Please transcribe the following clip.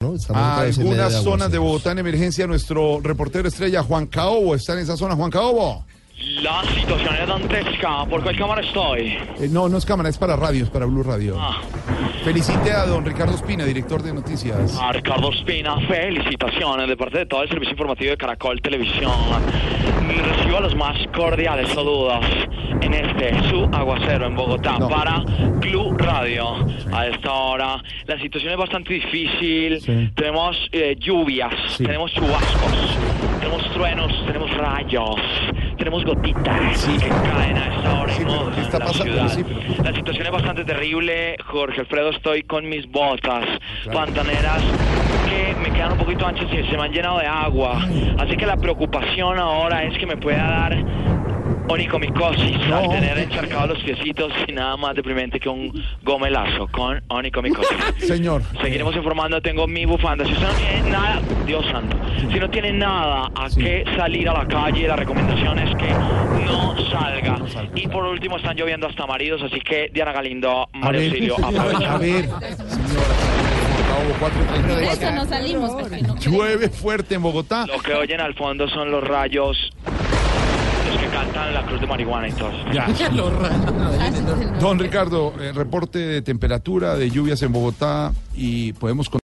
¿no? Estamos A otra vez en medio ¿eh? algunas aguaceros. zonas de Bogotá en emergencia, nuestro reportero estrella Juan Caobo está en esa zona. Juan Caobo. La situación es dantesca. ¿Por cuál cámara estoy? Eh, no, no es cámara, es para radio, es para Blue Radio. Ah, Felicite a don Ricardo Espina, director de noticias. a Ricardo Espina, felicitaciones de parte de todo el servicio informativo de Caracol Televisión. Recibo las más cordiales saludos en este su aguacero en Bogotá No. para Blue Radio. A esta hora la situación es bastante difícil. Sí. Tenemos eh, lluvias, Sí. tenemos chubascos, tenemos truenos, tenemos rayos, tenemos gotitas Sí. que caen a esta hora. Sí, pero en ¿qué está la pasando? ciudad. Sí, pero- La situación es bastante terrible, Jorge Alfredo. Estoy con mis botas Claro. pantaneras que me quedan un poquito anchas y se me han llenado de agua. Así que la preocupación ahora es que me pueda dar onicomicosis al No. tener encharcados los piecitos y nada más deprimente que un gomelazo con onicomicosis. Señor. Seguiremos informando, tengo mi bufanda. Si usted no tiene nada, Dios santo, si no tiene nada a Sí. qué salir a la calle, la recomendación es que no salga. No salga, Y por claro. último están lloviendo hasta maridos, así que Diana Galindo, A Mario ver, Auxilio, a ver, a aprovecha. ver, señora, Juan Caobo, 4:30 de Eso cuatro. no salimos. porque no- Llueve fuerte en Bogotá. Lo que oyen al fondo son los rayos, los que cantan la cruz de marihuana y todo. Ya. Don Ricardo, eh, reporte de temperatura, de lluvias en Bogotá y podemos... con-